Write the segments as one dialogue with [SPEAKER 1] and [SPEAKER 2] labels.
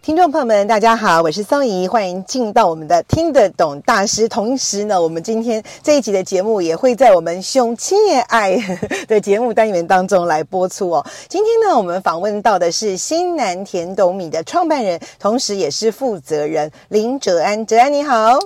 [SPEAKER 1] 听众朋友们，大家好，我是宋怡，欢迎进到我们的听得懂大师。同时呢，我们今天这一集的节目也会在我们胸切爱的节目单元当中来播出哦。今天呢，我们访问到的是新南甜斗米的创办人，同时也是负责人林哲安。哲安你好。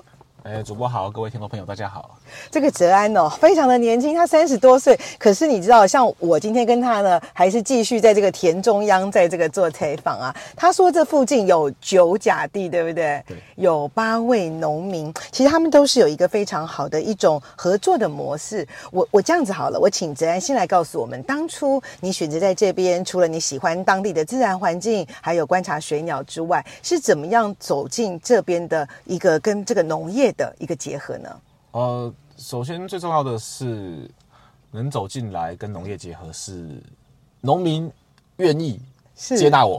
[SPEAKER 2] 哎，主播好，各位听众朋友，大家好。
[SPEAKER 1] 这个哲安哦，非常的年轻，他三十多岁。可是你知道，像我今天跟他呢，还是继续在这个田中央，在这个做采访啊。他说这附近有九甲地，对不对？
[SPEAKER 2] 对
[SPEAKER 1] 有八位农民，其实他们都是有一个非常好的一种合作的模式。我我这样子好了，我请哲安先来告诉我们，当初你选择在这边，除了你喜欢当地的自然环境，还有观察水鸟之外，是怎么样走进这边的一个跟这个农业的一个结合呢？
[SPEAKER 2] 呃，首先最重要的是，能走进来跟农业结合是农民愿意
[SPEAKER 1] 是
[SPEAKER 2] 接纳 我，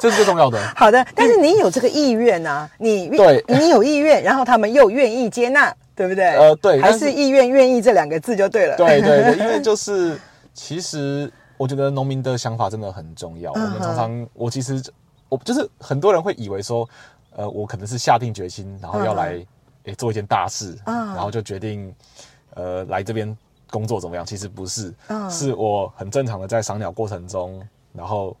[SPEAKER 2] 这是最重要的。
[SPEAKER 1] 好的，但是你有这个意愿啊，你
[SPEAKER 2] 对
[SPEAKER 1] 你有意愿，然后他们又愿意接纳，对不对？
[SPEAKER 2] 呃对
[SPEAKER 1] 还
[SPEAKER 2] 但
[SPEAKER 1] 是
[SPEAKER 2] 是
[SPEAKER 1] 意愿愿意这两个字就对了。
[SPEAKER 2] 对对对，因为就是其实我觉得农民的想法真的很重要。我
[SPEAKER 1] 嗯
[SPEAKER 2] 们
[SPEAKER 1] 哼
[SPEAKER 2] 常常，我其实我就是很多人会以为说，呃，我可能是下定决心，然后要来诶、做一件大事，
[SPEAKER 1] 嗯
[SPEAKER 2] 然后就决定呃来这边工作怎么样？其实不是，
[SPEAKER 1] 嗯
[SPEAKER 2] 是我很正常的在赏鸟过程中，然后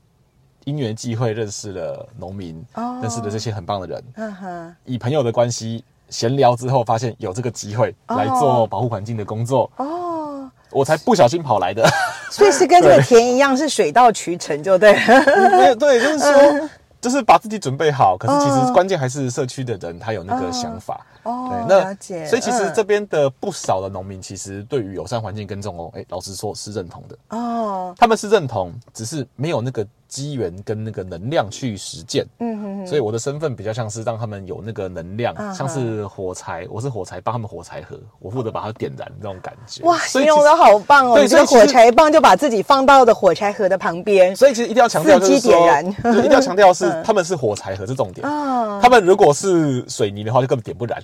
[SPEAKER 2] 因缘际会认识了农民，
[SPEAKER 1] 哦
[SPEAKER 2] 认识了这些很棒的人，
[SPEAKER 1] 嗯哼，
[SPEAKER 2] 以朋友的关系。闲聊之后，发现有这个机会来做保护环境的工作，
[SPEAKER 1] 哦，
[SPEAKER 2] 我才不小心跑来的。
[SPEAKER 1] 所以是跟这个田一样，是水到渠成，就对了。
[SPEAKER 2] 没有对，就是说，
[SPEAKER 1] 嗯
[SPEAKER 2] 就是把自己准备好。可是其实关键还是社区的人他有那个想法。
[SPEAKER 1] 哦
[SPEAKER 2] 对，，
[SPEAKER 1] 了解。
[SPEAKER 2] 所以其实
[SPEAKER 1] 嗯
[SPEAKER 2] 这边的不少的农民，其实对于友善环境跟这种哦，哎，老实说是认同的。
[SPEAKER 1] 哦，
[SPEAKER 2] 他们是认同，只是没有那个机缘跟那个能量去实践。
[SPEAKER 1] 嗯哼哼，
[SPEAKER 2] 所以我的身份比较像是让他们有那个能量，
[SPEAKER 1] 嗯
[SPEAKER 2] 像是火柴，我是火柴，帮他们火柴盒，我负责把它点燃那种感觉。
[SPEAKER 1] 哇，
[SPEAKER 2] 所以
[SPEAKER 1] 形
[SPEAKER 2] 其
[SPEAKER 1] 容
[SPEAKER 2] 实
[SPEAKER 1] 的好棒哦！
[SPEAKER 2] 对
[SPEAKER 1] 你这个
[SPEAKER 2] 所以
[SPEAKER 1] 火
[SPEAKER 2] 其实
[SPEAKER 1] 柴棒就把自己放到的火柴盒的旁边。
[SPEAKER 2] 所以其实一定要强调，就是
[SPEAKER 1] 刺激点
[SPEAKER 2] 说
[SPEAKER 1] 燃，嗯
[SPEAKER 2] 对，一定要强调是他们是火柴盒是重点。
[SPEAKER 1] 啊，
[SPEAKER 2] 他们如果是水泥的话，就根本点不燃。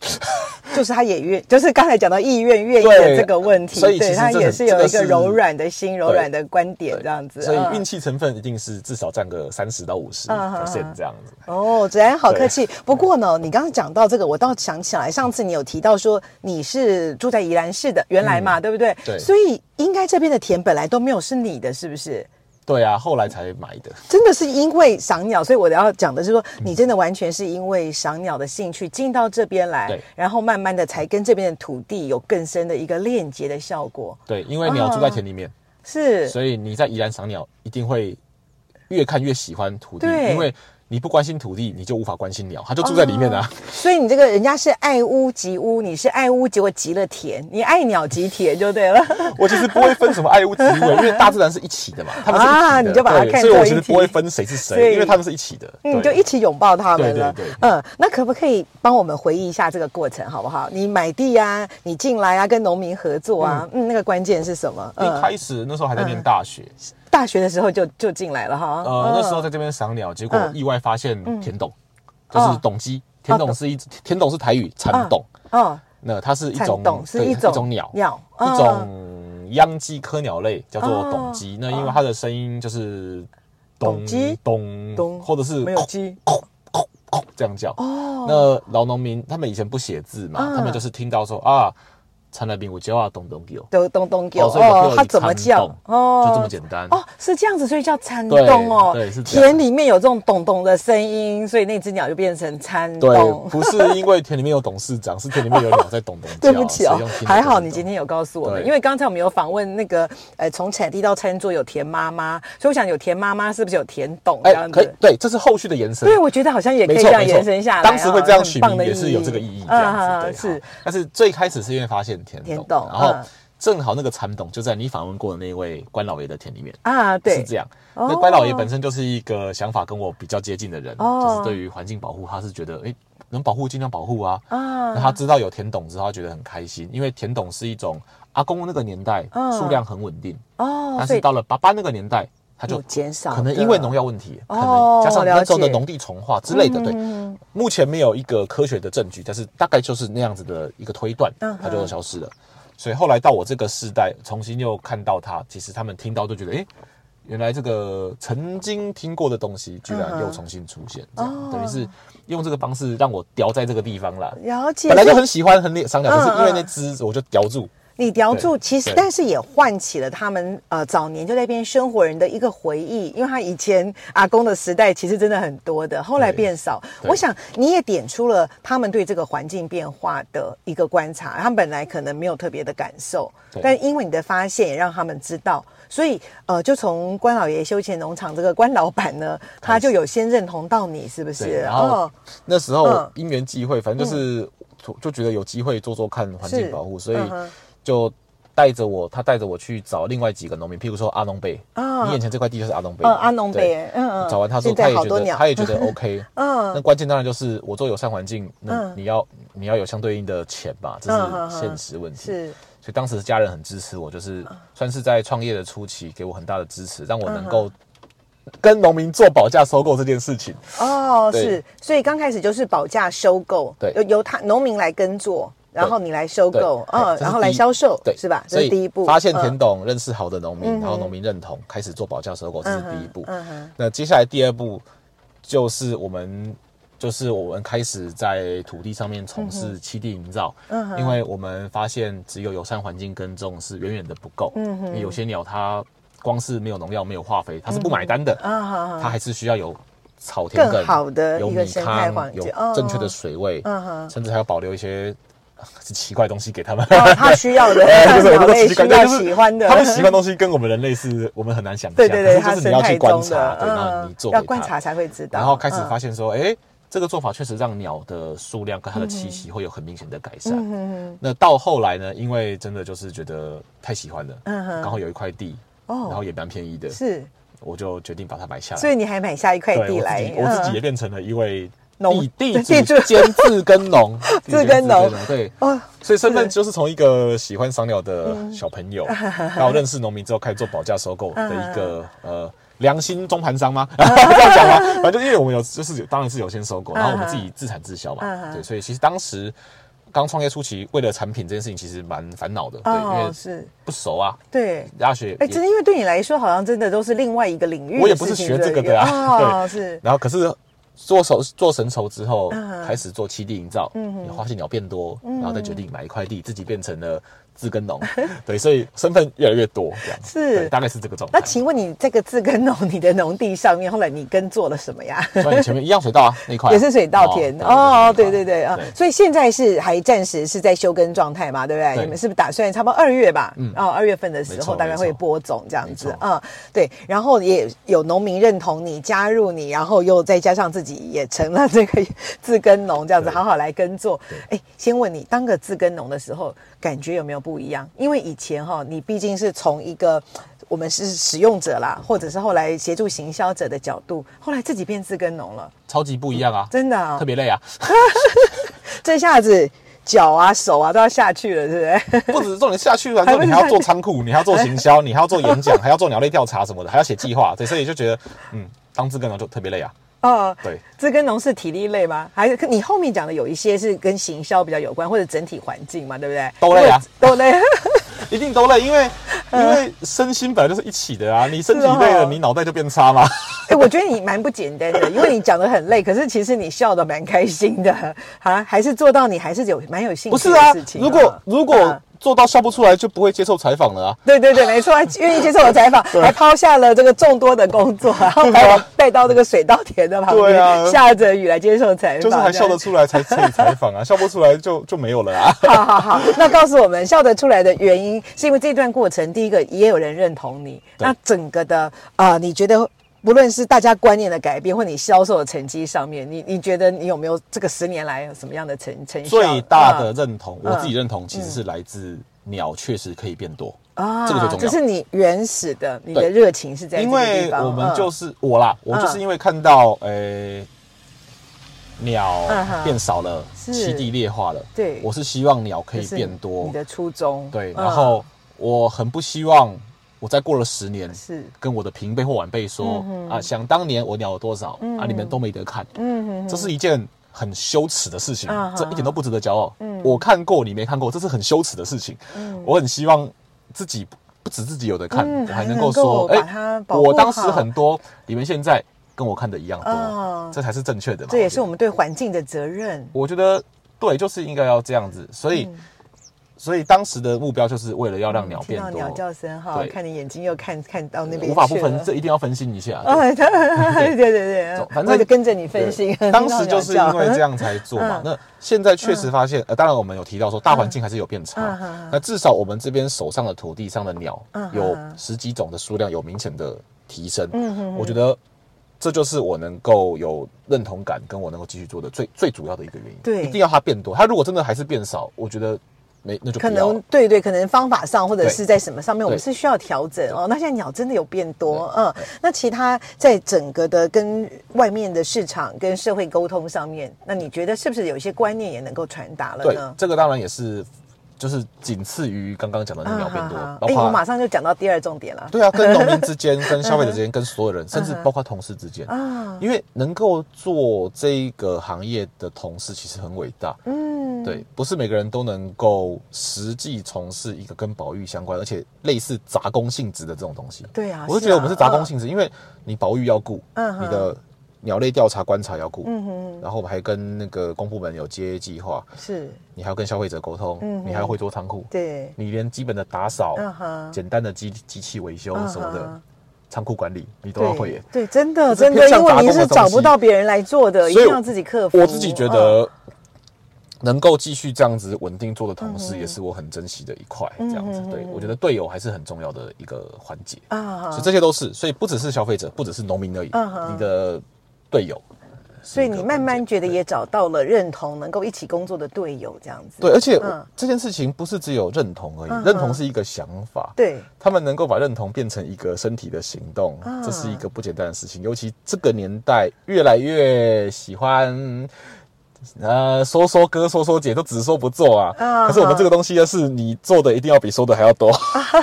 [SPEAKER 1] 就是他也愿，就是刚才讲到意愿愿意的
[SPEAKER 2] 对
[SPEAKER 1] 这个问题，
[SPEAKER 2] 所以其
[SPEAKER 1] 对
[SPEAKER 2] 实
[SPEAKER 1] 他
[SPEAKER 2] 这
[SPEAKER 1] 也
[SPEAKER 2] 很
[SPEAKER 1] 是
[SPEAKER 2] 这
[SPEAKER 1] 有
[SPEAKER 2] 个
[SPEAKER 1] 一个
[SPEAKER 2] 是
[SPEAKER 1] 柔软的心、柔软的观点
[SPEAKER 2] 对
[SPEAKER 1] 这样子。
[SPEAKER 2] 所
[SPEAKER 1] 嗯
[SPEAKER 2] 以运气成分一定是至少占个三十到五十
[SPEAKER 1] 嗯嗯
[SPEAKER 2] percent 这样子。
[SPEAKER 1] 哦，子安好
[SPEAKER 2] 对
[SPEAKER 1] 客气。不过呢，你刚刚讲到这个，我倒想起来，上次你有提到说你是住在宜兰市的，原来嘛，对不对？
[SPEAKER 2] 嗯对
[SPEAKER 1] 所以应该这边的田本来都没有是你的，是不是？
[SPEAKER 2] 对啊，后来才买的。
[SPEAKER 1] 真的是因为赏鸟，所以我要讲的是说，你真的完全是因为赏鸟的兴趣进到这边来
[SPEAKER 2] 对，
[SPEAKER 1] 然后慢慢的才跟这边的土地有更深的一个链接的效果。
[SPEAKER 2] 对，因为鸟住在田里面，
[SPEAKER 1] 嗯是，
[SPEAKER 2] 所以你在宜兰赏鸟一定会越看越喜欢土地，
[SPEAKER 1] 对
[SPEAKER 2] 因为你不关心土地，你就无法关心鸟，它就住在里面啊。
[SPEAKER 1] 所以你这个人家是爱屋及乌，你是爱屋，结果及了田，你爱鸟及田就对了。
[SPEAKER 2] 我其实不会分什么爱屋及 乌，因为大自然是一起的嘛，他们是一起的，
[SPEAKER 1] 啊你就把它
[SPEAKER 2] 对
[SPEAKER 1] 看
[SPEAKER 2] 所以
[SPEAKER 1] 作
[SPEAKER 2] 我
[SPEAKER 1] 一
[SPEAKER 2] 其实
[SPEAKER 1] 体
[SPEAKER 2] 不会分谁是
[SPEAKER 1] 所以
[SPEAKER 2] 谁，因为他们是一起的。
[SPEAKER 1] 嗯，
[SPEAKER 2] 对
[SPEAKER 1] 就一起拥抱他们了。
[SPEAKER 2] 对对对
[SPEAKER 1] 嗯，那可不可以帮我们回忆一下这个过程，好不好？你买地啊，你进来啊，跟农民合作啊，嗯那个关键是什么？
[SPEAKER 2] 一
[SPEAKER 1] 嗯，
[SPEAKER 2] 开始那时候还在念大学，
[SPEAKER 1] 大学的时候就就进来了哈。
[SPEAKER 2] 呃，那时候
[SPEAKER 1] 嗯
[SPEAKER 2] 在这边赏鸟，结果
[SPEAKER 1] 嗯
[SPEAKER 2] 意外发现田董，就是董鸡。田董是一田董是台语蚕董，
[SPEAKER 1] 哦，
[SPEAKER 2] 那它是一
[SPEAKER 1] 蚕
[SPEAKER 2] 种
[SPEAKER 1] 董是
[SPEAKER 2] 对
[SPEAKER 1] 一
[SPEAKER 2] 一
[SPEAKER 1] 种
[SPEAKER 2] 种鸟，
[SPEAKER 1] 鸟，
[SPEAKER 2] 一
[SPEAKER 1] 嗯哦
[SPEAKER 2] 种秧鸡科鸟类叫做董鸡。那因为它的声音就是
[SPEAKER 1] 董鸡
[SPEAKER 2] 咚
[SPEAKER 1] 咚
[SPEAKER 2] 咚，或者是
[SPEAKER 1] 没有
[SPEAKER 2] 空
[SPEAKER 1] 鸡哦
[SPEAKER 2] 空空空这样叫。那老农民他们以前不写字嘛，
[SPEAKER 1] 嗯
[SPEAKER 2] 他们就是听到说啊，蚕来宾我叫啊咚咚叫，
[SPEAKER 1] 都东东叫
[SPEAKER 2] 哦所以我叫
[SPEAKER 1] 它
[SPEAKER 2] 你
[SPEAKER 1] 怎么
[SPEAKER 2] 蚕
[SPEAKER 1] 叫
[SPEAKER 2] 洞就这么简单。
[SPEAKER 1] 哦，是这样子，所以叫蚕
[SPEAKER 2] 对
[SPEAKER 1] 洞哦。
[SPEAKER 2] 对是这样
[SPEAKER 1] 田里面有这种咚咚的声音，所以那只鸟就变成蚕
[SPEAKER 2] 对，
[SPEAKER 1] 洞。
[SPEAKER 2] 不是因为田里面有董事长，是田里面有鸟在咚 咚叫。
[SPEAKER 1] 对不起哦
[SPEAKER 2] 所以用听，的
[SPEAKER 1] 还好
[SPEAKER 2] 咚咚
[SPEAKER 1] 你今天有告诉我们，
[SPEAKER 2] 对
[SPEAKER 1] 因为刚才我们有访问那个，呃，从产地到餐桌有田妈妈，所以我想有田妈妈是不是有田董这
[SPEAKER 2] 哎，
[SPEAKER 1] 样
[SPEAKER 2] 可以
[SPEAKER 1] 子？，
[SPEAKER 2] 对，这是后续的延伸。
[SPEAKER 1] 对，我觉得好像也可以
[SPEAKER 2] 没
[SPEAKER 1] 这
[SPEAKER 2] 错，
[SPEAKER 1] 样
[SPEAKER 2] 没错
[SPEAKER 1] 延伸下来。
[SPEAKER 2] 当时会这样取
[SPEAKER 1] 啊很棒
[SPEAKER 2] 名
[SPEAKER 1] 的嗯
[SPEAKER 2] 也是有这个意义，这样子对
[SPEAKER 1] 是
[SPEAKER 2] 好但是最开始是因为发现田
[SPEAKER 1] 田
[SPEAKER 2] 董，
[SPEAKER 1] 董
[SPEAKER 2] 然后
[SPEAKER 1] 嗯
[SPEAKER 2] 正好那个蚕董就在你访问过的那位关老爷的田里面，
[SPEAKER 1] 啊，对，
[SPEAKER 2] 是这样。
[SPEAKER 1] 哦
[SPEAKER 2] 那关老爷本身就是一个想法跟我比较接近的人，
[SPEAKER 1] 哦
[SPEAKER 2] 就是对于环境保护，他是觉得诶能保护尽量保护啊。
[SPEAKER 1] 啊，
[SPEAKER 2] 那他知道有田董之后，他觉得很开心，因为田董是一种阿公那个年代
[SPEAKER 1] 嗯
[SPEAKER 2] 数量很稳定，
[SPEAKER 1] 哦，
[SPEAKER 2] 但
[SPEAKER 1] 所
[SPEAKER 2] 是
[SPEAKER 1] 以
[SPEAKER 2] 到了爸爸那个年代，他就
[SPEAKER 1] 有减少的，
[SPEAKER 2] 可能因为农药问题，可
[SPEAKER 1] 哦
[SPEAKER 2] 能加上那时候
[SPEAKER 1] 了
[SPEAKER 2] 的
[SPEAKER 1] 解
[SPEAKER 2] 农地重化之类的，对。
[SPEAKER 1] 嗯
[SPEAKER 2] 目前没有一个科学的证据，但是大概就是那样子的一个推断
[SPEAKER 1] 嗯哼，
[SPEAKER 2] 它就消失了。所以后来到我这个世代，重新又看到它，其实他们听到就觉得，诶，原来这个曾经听过的东西，居
[SPEAKER 1] 嗯
[SPEAKER 2] 然
[SPEAKER 1] 哼
[SPEAKER 2] 又重新出现，这
[SPEAKER 1] 哦
[SPEAKER 2] 样等于是用这个方式让我叼在这个地方啦。
[SPEAKER 1] 了解，
[SPEAKER 2] 本来就很喜欢、很脸伤感，可
[SPEAKER 1] 嗯
[SPEAKER 2] 是因为
[SPEAKER 1] 嗯
[SPEAKER 2] 那只我就叼住，
[SPEAKER 1] 你聊住，
[SPEAKER 2] 对
[SPEAKER 1] 其实
[SPEAKER 2] 对
[SPEAKER 1] 但是也唤起了他们呃早年就在那边生活人的一个回忆，因为他以前阿公的时代其实真的很多的，后来
[SPEAKER 2] 对
[SPEAKER 1] 变少。
[SPEAKER 2] 对
[SPEAKER 1] 我想你也点出了他们对这个环境变化的一个观察，他们本来可能没有特别的感受，
[SPEAKER 2] 对
[SPEAKER 1] 但因为你的发现也让他们知道，所以呃，就从关老爷休闲农场这个关老板呢，他就有先认同到你是不
[SPEAKER 2] 对，
[SPEAKER 1] 是？
[SPEAKER 2] 然后
[SPEAKER 1] 哦，
[SPEAKER 2] 那时
[SPEAKER 1] 嗯
[SPEAKER 2] 候因缘际会，反正就是就就觉得有机会做做看环
[SPEAKER 1] 是
[SPEAKER 2] 境保护，所以
[SPEAKER 1] 嗯哼
[SPEAKER 2] 就带着我，他带着我去找另外几个农民，譬如说阿农贝，
[SPEAKER 1] 啊
[SPEAKER 2] 你眼前这块地就是阿农贝，
[SPEAKER 1] 嗯阿农贝
[SPEAKER 2] 对
[SPEAKER 1] 哎嗯嗯
[SPEAKER 2] 找完他之后，
[SPEAKER 1] 现在
[SPEAKER 2] 他也
[SPEAKER 1] 好
[SPEAKER 2] 觉
[SPEAKER 1] 多
[SPEAKER 2] 得
[SPEAKER 1] 鸟
[SPEAKER 2] 他也觉 得 OK，
[SPEAKER 1] 嗯
[SPEAKER 2] 那关键当然就是我做友善环境，那
[SPEAKER 1] 嗯
[SPEAKER 2] 你要你要有相对应的钱吧，这
[SPEAKER 1] 嗯嗯嗯
[SPEAKER 2] 是现实问题。
[SPEAKER 1] 是
[SPEAKER 2] 所以当时家人很支持我，就是
[SPEAKER 1] 嗯
[SPEAKER 2] 算是在创业的初期给我很大的支持，让我能
[SPEAKER 1] 嗯
[SPEAKER 2] 够跟农民做保价收购这件事情。
[SPEAKER 1] 哦，
[SPEAKER 2] 对
[SPEAKER 1] 是，所以刚开始就是保价收购，
[SPEAKER 2] 对
[SPEAKER 1] 由由他农民来耕作，然后你来收
[SPEAKER 2] 对
[SPEAKER 1] 购，
[SPEAKER 2] 嘿
[SPEAKER 1] 嗯
[SPEAKER 2] 这，是
[SPEAKER 1] 然后
[SPEAKER 2] 第
[SPEAKER 1] 来
[SPEAKER 2] 一
[SPEAKER 1] 销售，
[SPEAKER 2] 对，
[SPEAKER 1] 是吧？这
[SPEAKER 2] 所以
[SPEAKER 1] 是第一步，
[SPEAKER 2] 发现田
[SPEAKER 1] 嗯
[SPEAKER 2] 董，认识好的农民，
[SPEAKER 1] 嗯
[SPEAKER 2] 然后
[SPEAKER 1] 哼
[SPEAKER 2] 农民认同，开始做保价收购，这
[SPEAKER 1] 嗯
[SPEAKER 2] 是
[SPEAKER 1] 哼
[SPEAKER 2] 第一步。
[SPEAKER 1] 嗯哼
[SPEAKER 2] 那接下来第二步就是我们。就是我们开始在土地上面从事栖地营造，
[SPEAKER 1] 嗯哼
[SPEAKER 2] 因为我们发现只有友善环境耕种是远远的不够，
[SPEAKER 1] 嗯哼
[SPEAKER 2] 因为有些鸟它光是没有农药、没有化肥，它是不买单的，
[SPEAKER 1] 啊好好
[SPEAKER 2] 它还是需要有草田
[SPEAKER 1] 更
[SPEAKER 2] 埂、
[SPEAKER 1] 好的
[SPEAKER 2] 有
[SPEAKER 1] 一个
[SPEAKER 2] 米
[SPEAKER 1] 生态
[SPEAKER 2] 糠
[SPEAKER 1] 环、境
[SPEAKER 2] 有
[SPEAKER 1] 哦
[SPEAKER 2] 正确的水位，
[SPEAKER 1] 嗯哼
[SPEAKER 2] 甚至还要保留一些 啊奇怪的东西给他们。
[SPEAKER 1] 哦他需要的
[SPEAKER 2] 哎，就是我
[SPEAKER 1] 鸟
[SPEAKER 2] 们都
[SPEAKER 1] 类
[SPEAKER 2] 奇
[SPEAKER 1] 需
[SPEAKER 2] 怪，
[SPEAKER 1] 要
[SPEAKER 2] 就是
[SPEAKER 1] 喜欢的，
[SPEAKER 2] 他们喜欢东西跟我们人类是我们很难想象，
[SPEAKER 1] 对对对，
[SPEAKER 2] 可
[SPEAKER 1] 它
[SPEAKER 2] 是就是
[SPEAKER 1] 生
[SPEAKER 2] 你要
[SPEAKER 1] 态
[SPEAKER 2] 去观
[SPEAKER 1] 中
[SPEAKER 2] 察，
[SPEAKER 1] 的，嗯
[SPEAKER 2] 对，然后你做
[SPEAKER 1] 要
[SPEAKER 2] 给
[SPEAKER 1] 观
[SPEAKER 2] 它
[SPEAKER 1] 察才会知道，
[SPEAKER 2] 然后开始
[SPEAKER 1] 嗯
[SPEAKER 2] 发现说，哎、这个做法确实让鸟的数量跟它的栖息会有很明显的改
[SPEAKER 1] 嗯
[SPEAKER 2] 善。那到后来呢，因为真的就是觉得太喜欢了，
[SPEAKER 1] 嗯哼
[SPEAKER 2] 刚好有一块地，
[SPEAKER 1] 哦
[SPEAKER 2] 然后也蛮便宜的，
[SPEAKER 1] 是，
[SPEAKER 2] 我就决定把它买下来。
[SPEAKER 1] 所以你还买下一块
[SPEAKER 2] 对
[SPEAKER 1] 地
[SPEAKER 2] 我
[SPEAKER 1] 来
[SPEAKER 2] 自己，，我自己
[SPEAKER 1] 嗯
[SPEAKER 2] 也变成了一位
[SPEAKER 1] 农
[SPEAKER 2] 地地
[SPEAKER 1] 地主
[SPEAKER 2] 主兼自耕农，地主
[SPEAKER 1] 自耕农
[SPEAKER 2] 对，
[SPEAKER 1] 哦
[SPEAKER 2] 所以身份就是从一个喜欢赏鸟的小朋友，
[SPEAKER 1] 嗯
[SPEAKER 2] 然后认识农民之后开始做保价收购的一个
[SPEAKER 1] 嗯
[SPEAKER 2] 呃良心中盘商 吗？这样讲吗？反正就因为我们有就是有当然是有先收购，然后我们自己自产自销
[SPEAKER 1] 嗯
[SPEAKER 2] 嘛，对，所以其实当时。刚创业初期，为了产品这件事情，其实蛮烦恼的，对，因
[SPEAKER 1] 哦
[SPEAKER 2] 为
[SPEAKER 1] 是，
[SPEAKER 2] 不熟啊，
[SPEAKER 1] 对。
[SPEAKER 2] 大学也
[SPEAKER 1] 哎，真的，因为对你来说，好像真的都是另外一个领域的事情。
[SPEAKER 2] 我也不是学这个的啊
[SPEAKER 1] 对不对
[SPEAKER 2] 对
[SPEAKER 1] 哦，是
[SPEAKER 2] 然后可是做手做成熟之后，
[SPEAKER 1] 嗯
[SPEAKER 2] 开始做栖地营造，你发现鸟变多，然后再决定买一块地，自己变成了自耕 农，对，所以身份越来越多，这样
[SPEAKER 1] 是
[SPEAKER 2] 对大概是这个状
[SPEAKER 1] 那
[SPEAKER 2] 态。
[SPEAKER 1] 请问你这个自 耕农，你的农地上面，后来你耕做了什么呀？
[SPEAKER 2] 所以你前 面一样水稻啊，那块
[SPEAKER 1] 也是水稻田哦，对对对啊，
[SPEAKER 2] 对
[SPEAKER 1] 所以现在是还暂时是在休耕状态嘛，对不对？
[SPEAKER 2] 对
[SPEAKER 1] 你们是不是打算差不多二月吧？嗯，哦，二月份的时
[SPEAKER 2] 没
[SPEAKER 1] 候
[SPEAKER 2] 错
[SPEAKER 1] 大概会
[SPEAKER 2] 没错
[SPEAKER 1] 播种这样子
[SPEAKER 2] 没错
[SPEAKER 1] 啊，对。然后也有农民认同你，加入你，然后又再加上自己也成了这个自耕农，这样子
[SPEAKER 2] 对
[SPEAKER 1] 好好来耕作。哎，先问你，当个自耕农的时候，感觉有没有不一样？因为以前哈，你毕竟是从一个我们是使用者啦，或者是后来协助行销者的角度，后来自己变自耕农了，
[SPEAKER 2] 超级不一样啊，
[SPEAKER 1] 真的啊
[SPEAKER 2] 特别累啊，
[SPEAKER 1] 这下子脚啊、手啊都要下去了，是不是？
[SPEAKER 2] 不只是重点下去完之后，你还要做仓库，你还要做行销，你还要做演讲，还要做鸟类调查什么的，还要写计划，对，所以就觉得嗯，当自耕农就特别累啊，
[SPEAKER 1] 哦，
[SPEAKER 2] 对。
[SPEAKER 1] 这跟农事体力累吗？还是你后面讲的有一些是跟行销比较有关，或者整体环境嘛，对不对？
[SPEAKER 2] 都累啊，
[SPEAKER 1] 都累。
[SPEAKER 2] 一定都累，因为因为身心本来就是一起的 啊，你身体累
[SPEAKER 1] 是
[SPEAKER 2] 了，
[SPEAKER 1] 哦
[SPEAKER 2] 你脑袋就变差 嘛。
[SPEAKER 1] 哎、我觉得你蛮不简单的，因为你讲的很累，可是其实你笑的蛮开心的啊，还是做到你还是有蛮有兴
[SPEAKER 2] 不
[SPEAKER 1] 趣
[SPEAKER 2] 是
[SPEAKER 1] 的
[SPEAKER 2] 啊
[SPEAKER 1] 事，情、
[SPEAKER 2] 如果如果
[SPEAKER 1] 啊
[SPEAKER 2] 做到笑不出来，就不会接受采访了啊。
[SPEAKER 1] 对对对，没错，还愿意接受我采访，还抛下了这个众多的工作，然后把我带到这个水稻田的旁
[SPEAKER 2] 啊对
[SPEAKER 1] 边，
[SPEAKER 2] 啊
[SPEAKER 1] 下着雨来接受采访，
[SPEAKER 2] 就是还笑得出来才可以采 访啊，笑不出来就就没有了啊。
[SPEAKER 1] 好好好，那告诉我们笑得出来的原因，是因为这段过程，第一个也有人认同你，
[SPEAKER 2] 对
[SPEAKER 1] 那整个的啊、呃你觉得不论是大家观念的改变，或你销售的成绩上面，你你觉得你有没有这个十年来有什么样的成成效？
[SPEAKER 2] 最大的
[SPEAKER 1] 嗯
[SPEAKER 2] 认同，我自己认同其实是来自鸟确实可以变多。
[SPEAKER 1] 啊
[SPEAKER 2] 这个最重要
[SPEAKER 1] 就是你原始的你的
[SPEAKER 2] 对
[SPEAKER 1] 热情是在这
[SPEAKER 2] 因
[SPEAKER 1] 个地
[SPEAKER 2] 为
[SPEAKER 1] 方，
[SPEAKER 2] 我们就
[SPEAKER 1] 嗯
[SPEAKER 2] 是、我啦，我就是因为看到诶、鸟
[SPEAKER 1] 嗯哼
[SPEAKER 2] 变少了，
[SPEAKER 1] 是
[SPEAKER 2] 栖地劣化了，
[SPEAKER 1] 对
[SPEAKER 2] 我是希望鸟可
[SPEAKER 1] 这
[SPEAKER 2] 以
[SPEAKER 1] 是
[SPEAKER 2] 变多
[SPEAKER 1] 你，的初衷
[SPEAKER 2] 对，
[SPEAKER 1] 嗯
[SPEAKER 2] 然后我很不希望我再过了十年。
[SPEAKER 1] 是
[SPEAKER 2] 跟我的平辈或晚辈说、啊，想当年我鸟有多少、啊，你们都没得看，
[SPEAKER 1] 嗯
[SPEAKER 2] 这是一件很羞耻的事情，
[SPEAKER 1] 啊嗯
[SPEAKER 2] 这一点都不值得骄傲。我看过，你没看过，这是很羞耻的事情。我很希望自己不不止自己有的看，
[SPEAKER 1] 嗯
[SPEAKER 2] 我还能
[SPEAKER 1] 还能
[SPEAKER 2] 够
[SPEAKER 1] 够
[SPEAKER 2] 说，哎
[SPEAKER 1] 把它保护
[SPEAKER 2] 我当时
[SPEAKER 1] 好
[SPEAKER 2] 很多，你们现在跟我看的一样多，
[SPEAKER 1] 啊
[SPEAKER 2] 这才是正确的嘛。
[SPEAKER 1] 这也是我
[SPEAKER 2] 们，
[SPEAKER 1] 们对环境的责任。
[SPEAKER 2] 我觉得对，就是应该要这样子。所以，
[SPEAKER 1] 嗯
[SPEAKER 2] 所以当时的目标就是为了要让鸟
[SPEAKER 1] 听
[SPEAKER 2] 变
[SPEAKER 1] 到
[SPEAKER 2] 多，
[SPEAKER 1] 鸟叫声哈，
[SPEAKER 2] 对
[SPEAKER 1] 看你眼睛又看看到那边去了，
[SPEAKER 2] 无法不分，这一定要分心一下。对
[SPEAKER 1] 哎，对对对对，
[SPEAKER 2] 走反
[SPEAKER 1] 我
[SPEAKER 2] 正
[SPEAKER 1] 就跟着你分析。
[SPEAKER 2] 对当时就是因为这，样才做嘛
[SPEAKER 1] 嗯。
[SPEAKER 2] 那现在确实发现，呃，当然我们有提到说大环境还是有变差
[SPEAKER 1] 嗯嗯嗯，
[SPEAKER 2] 那至少我们这边手上的土地上的鸟
[SPEAKER 1] 嗯嗯
[SPEAKER 2] 有
[SPEAKER 1] 嗯
[SPEAKER 2] 十几种的数量有明显的提升。我觉得这就是我能够有认同感，跟我能够继续做的最最主要的一个原因。
[SPEAKER 1] 对
[SPEAKER 2] 一定要它变多。它如果真的还是变少，我觉得没那就
[SPEAKER 1] 可
[SPEAKER 2] 不要了
[SPEAKER 1] 能对对，可能方法上或者
[SPEAKER 2] 对
[SPEAKER 1] 是在什么上面，我们
[SPEAKER 2] 对
[SPEAKER 1] 是需要调整哦。那现在鸟真的有变多，嗯，那其他在整个的跟外面的市场跟社会沟通上面，那你觉得是不是有一些观念也能够传达了
[SPEAKER 2] 对
[SPEAKER 1] 呢，？
[SPEAKER 2] 这个当然也是，就是仅次于刚刚讲的那个鸟变多，包
[SPEAKER 1] 哎，我
[SPEAKER 2] 括
[SPEAKER 1] 马上就讲到第二重点了。
[SPEAKER 2] 对啊， 跟农民之间、跟消费者之间、跟所有人，甚
[SPEAKER 1] 嗯
[SPEAKER 2] 至包括同事之间，
[SPEAKER 1] 啊，
[SPEAKER 2] 因为能够做这个行业的同事其实很伟大。
[SPEAKER 1] 嗯，
[SPEAKER 2] 对，不是每个人都能够实际从事一个跟保育相关，而且类似杂工性质的这种东西。
[SPEAKER 1] 对啊
[SPEAKER 2] 我是觉得我们是杂工
[SPEAKER 1] 嗯
[SPEAKER 2] 性质，因为你保育要顾，
[SPEAKER 1] 嗯哼
[SPEAKER 2] 你的鸟类调查观察要顾，
[SPEAKER 1] 嗯哼，
[SPEAKER 2] 然后我们还跟那个公部门有接计划，
[SPEAKER 1] 是，
[SPEAKER 2] 你还要跟消费者沟通，
[SPEAKER 1] 嗯哼
[SPEAKER 2] 你还要会做仓库，
[SPEAKER 1] 对，
[SPEAKER 2] 你连基本的打扫、
[SPEAKER 1] 嗯哼
[SPEAKER 2] 简单的机机器维修什么
[SPEAKER 1] 嗯哼
[SPEAKER 2] 的，仓库管理你都要会耶。
[SPEAKER 1] 对，对真的
[SPEAKER 2] 这
[SPEAKER 1] 真的，
[SPEAKER 2] 偏向
[SPEAKER 1] 因为
[SPEAKER 2] 杂工
[SPEAKER 1] 你是
[SPEAKER 2] 的
[SPEAKER 1] 找
[SPEAKER 2] 东西
[SPEAKER 1] 不到别人来做的，一
[SPEAKER 2] 所以
[SPEAKER 1] 定要自己克服。
[SPEAKER 2] 我自己觉
[SPEAKER 1] 嗯，
[SPEAKER 2] 得，能够继续这样子稳定做的同
[SPEAKER 1] 嗯
[SPEAKER 2] 时，也是我很珍惜的一块。这样子，对我觉得队友还是很重要的一个环节。
[SPEAKER 1] 啊
[SPEAKER 2] 所以这些都是，所以不只是消费者，不只是农民而已
[SPEAKER 1] 嗯哼，
[SPEAKER 2] 你的队友是
[SPEAKER 1] 所
[SPEAKER 2] 一
[SPEAKER 1] 以
[SPEAKER 2] 个关键。
[SPEAKER 1] 你慢慢觉得也找到了认同，能够一起工作的队友，这样子。
[SPEAKER 2] 对，而且我
[SPEAKER 1] 嗯
[SPEAKER 2] 这件事情不是只有认同而
[SPEAKER 1] 嗯哼
[SPEAKER 2] 已，认同是一个想法。
[SPEAKER 1] 对
[SPEAKER 2] 他们能够把认同变成一个身体的行动
[SPEAKER 1] 啊，
[SPEAKER 2] 这是一个不简单的事情。尤其这个年代，越来越喜欢，呃，说说哥，说说姐，都只说不做
[SPEAKER 1] 啊
[SPEAKER 2] 啊。可是我们这个东西呢，是你做的一定要比说的还要多，
[SPEAKER 1] 啊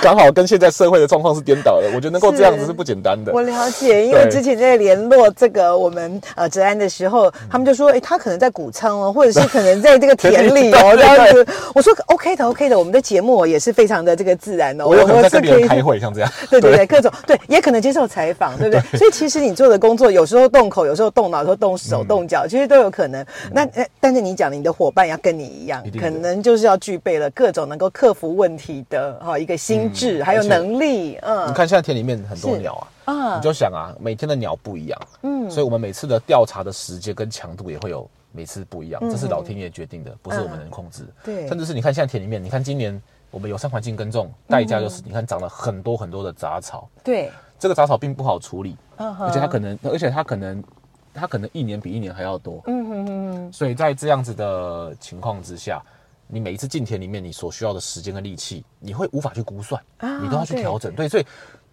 [SPEAKER 2] 刚好跟现在社会的状况是颠倒的。我觉得能够
[SPEAKER 1] 是
[SPEAKER 2] 这样子是不简单的
[SPEAKER 1] 我。了解，因为
[SPEAKER 2] 对
[SPEAKER 1] 之前在联络这个我们呃哲安的时候，他们就
[SPEAKER 2] 嗯
[SPEAKER 1] 说，哎，他可能在谷仓哦，或者是可能在这个田里哦，
[SPEAKER 2] 对对
[SPEAKER 1] 这样子。我说哦 OK 的，OK 的，我们的节目哦也是非常的这个自然哦，
[SPEAKER 2] 我有可能在
[SPEAKER 1] 是
[SPEAKER 2] 跟别
[SPEAKER 1] 可以
[SPEAKER 2] 人开会，像这样。
[SPEAKER 1] 对对对，各种对，也可能接受采访，对不对？所以其实你做的工作，有时候动口，有时候动脑，有时候动
[SPEAKER 2] 嗯
[SPEAKER 1] 手动脚，其实都有可能。那呃但是你讲的你的伙伴要跟你一样
[SPEAKER 2] 一，定
[SPEAKER 1] 可
[SPEAKER 2] 的
[SPEAKER 1] 能就是要具备了各种能够克服问题的哈、一个心智，还
[SPEAKER 2] 嗯而
[SPEAKER 1] 有
[SPEAKER 2] 且
[SPEAKER 1] 能力。嗯，
[SPEAKER 2] 你看现在田里面很多
[SPEAKER 1] 是
[SPEAKER 2] 鸟啊，
[SPEAKER 1] 啊
[SPEAKER 2] 你就想啊，每天的鸟不一样，嗯，所以我们每次的调查的时间跟强度也会有每次不一
[SPEAKER 1] 嗯
[SPEAKER 2] 样，这是老天爷决定的，不是我们能控制。
[SPEAKER 1] 对
[SPEAKER 2] 甚至是你看现在田里面，你看今年我们友善环境耕种，
[SPEAKER 1] 嗯
[SPEAKER 2] 代价就是你看长了很多很多的杂草，
[SPEAKER 1] 对，
[SPEAKER 2] 这个杂草并不好处理，
[SPEAKER 1] 嗯哼
[SPEAKER 2] 而且它可能，而且它可能，它可能一年比一年还要多，
[SPEAKER 1] 嗯哼哼
[SPEAKER 2] 所以在这样子的情况之下，你每一次进田里面，你所需要的时间跟力气，你会无法去估算，
[SPEAKER 1] 啊
[SPEAKER 2] 你都要去
[SPEAKER 1] 对
[SPEAKER 2] 调整。对，所以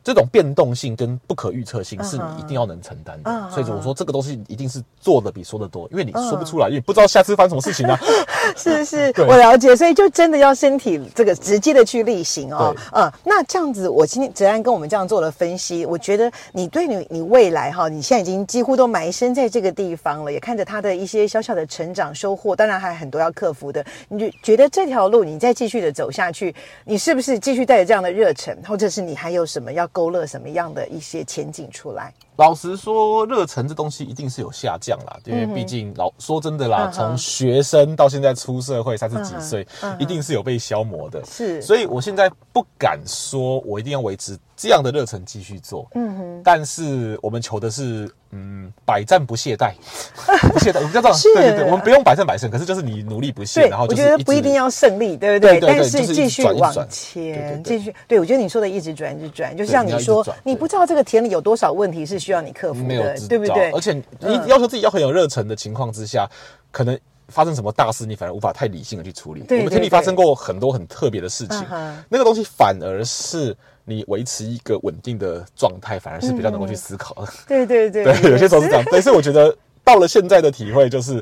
[SPEAKER 2] 这种变动性跟不可预测性
[SPEAKER 1] 嗯哼
[SPEAKER 2] 是你一定要能承担的。
[SPEAKER 1] 嗯哼嗯
[SPEAKER 2] 所以我说这个东西一定是做的比说的多，因为你说不出来，因为不知道下次发生什么事情啊。
[SPEAKER 1] 哼，是是，
[SPEAKER 2] 对
[SPEAKER 1] 我了解，所以就真的要身体这个直接的去力行哦。
[SPEAKER 2] 对
[SPEAKER 1] 嗯，那这样子，我今天哲安跟我们这样做了分析，我觉得你对你你未来哈，你现在已经几乎都埋身在这个地方了，也看着他的一些小小的成长收获，当然还很多要克服的。你就觉得这条路你再继续的走下去，你是不是继续带着这样的热忱，或者是你还有什么要勾勒什么样的一些前景出来？
[SPEAKER 2] 老实说，热忱这东西一定是有下降啦，因为毕竟老说真的啦
[SPEAKER 1] 嗯嗯哼，
[SPEAKER 2] 从学生到现在出社会三十
[SPEAKER 1] 嗯
[SPEAKER 2] 几
[SPEAKER 1] 哼
[SPEAKER 2] 岁
[SPEAKER 1] 嗯哼，
[SPEAKER 2] 一定是有被消磨的。
[SPEAKER 1] 是，
[SPEAKER 2] 所以我现在不敢说我一定要维持这样的热忱继续做，
[SPEAKER 1] 嗯哼，
[SPEAKER 2] 但是我们求的是嗯百战不懈怠， 不懈怠，我们叫做
[SPEAKER 1] 是
[SPEAKER 2] 对对对，我们不用百战百胜，可是就是你努力不懈，
[SPEAKER 1] 对，
[SPEAKER 2] 然后
[SPEAKER 1] 我
[SPEAKER 2] 就
[SPEAKER 1] 觉
[SPEAKER 2] 是
[SPEAKER 1] 得
[SPEAKER 2] 直
[SPEAKER 1] 不一定要胜利，对不对？
[SPEAKER 2] 对对对
[SPEAKER 1] 但
[SPEAKER 2] 就是是一
[SPEAKER 1] 继
[SPEAKER 2] 直
[SPEAKER 1] 续
[SPEAKER 2] 转一
[SPEAKER 1] 往
[SPEAKER 2] 转对
[SPEAKER 1] 前，
[SPEAKER 2] 对对
[SPEAKER 1] 继续。对我觉得你说的一直转，一直转，就像
[SPEAKER 2] 你
[SPEAKER 1] 你
[SPEAKER 2] 要一直
[SPEAKER 1] 说
[SPEAKER 2] 转，
[SPEAKER 1] 你
[SPEAKER 2] 对
[SPEAKER 1] 不知道这个田里有多少问题是需要你克服
[SPEAKER 2] 没有
[SPEAKER 1] 的
[SPEAKER 2] 知，
[SPEAKER 1] 对不嗯
[SPEAKER 2] 道
[SPEAKER 1] 对？
[SPEAKER 2] 而且你要求自己要很有热忱的情况之下，可能发生什么大事，你反而无法太理性的去处理。
[SPEAKER 1] 对
[SPEAKER 2] 我们天
[SPEAKER 1] 对
[SPEAKER 2] 地发
[SPEAKER 1] 对
[SPEAKER 2] 生过很多很特别的事情
[SPEAKER 1] 嗯哼，
[SPEAKER 2] 那个东西反而是你维持一个稳定的状态，反而是比较能够去思考的。
[SPEAKER 1] 对对嗯 对
[SPEAKER 2] 对，有些时候是这样。对，所以我觉得到了现在的体会就是，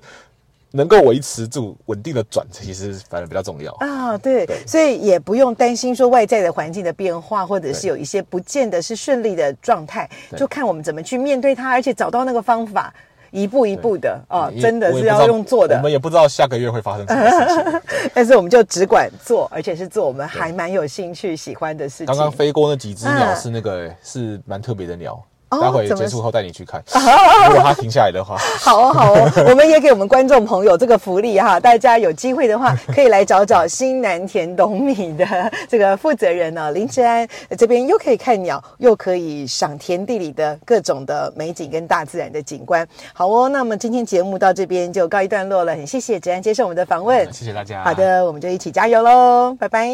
[SPEAKER 2] 能够维持住稳定的转，其实反而比较重要。
[SPEAKER 1] 啊，对，
[SPEAKER 2] 对
[SPEAKER 1] 所以也不用担心说外在的环境的变化，或者是
[SPEAKER 2] 对
[SPEAKER 1] 有一些不见得是顺利的状态，
[SPEAKER 2] 对
[SPEAKER 1] 就看我们怎么去面对它，而且找到那个方法，一步一步的啊，
[SPEAKER 2] 也
[SPEAKER 1] 真的
[SPEAKER 2] 我也
[SPEAKER 1] 是
[SPEAKER 2] 不知
[SPEAKER 1] 要
[SPEAKER 2] 道
[SPEAKER 1] 用做的
[SPEAKER 2] 我，们也不知道下个月会发生什么事情。
[SPEAKER 1] 但是我们就只管做，而且是做我们还蛮有兴趣、喜欢的事情。
[SPEAKER 2] 刚刚飞过那几只鸟
[SPEAKER 1] 嗯
[SPEAKER 2] 是那个、欸是蛮特别的鸟，
[SPEAKER 1] 哦
[SPEAKER 2] 待会
[SPEAKER 1] 怎么
[SPEAKER 2] 结
[SPEAKER 1] 是
[SPEAKER 2] 束后带你去 看。如果它停下来的话，
[SPEAKER 1] 好哦，好哦，我们也给我们观众朋友这个福利哈，大家有机会的话，可以来找找新南田董米的这个负责人呢、林志安呃这边又可以看鸟，又可以赏田地里的各种的美景跟大自然的景观。好哦，那么今天节目到这边就告一段落了，很谢谢志安接受我们的访问。
[SPEAKER 2] 谢谢大家。
[SPEAKER 1] 好。的，我们就一起加油喽，拜拜。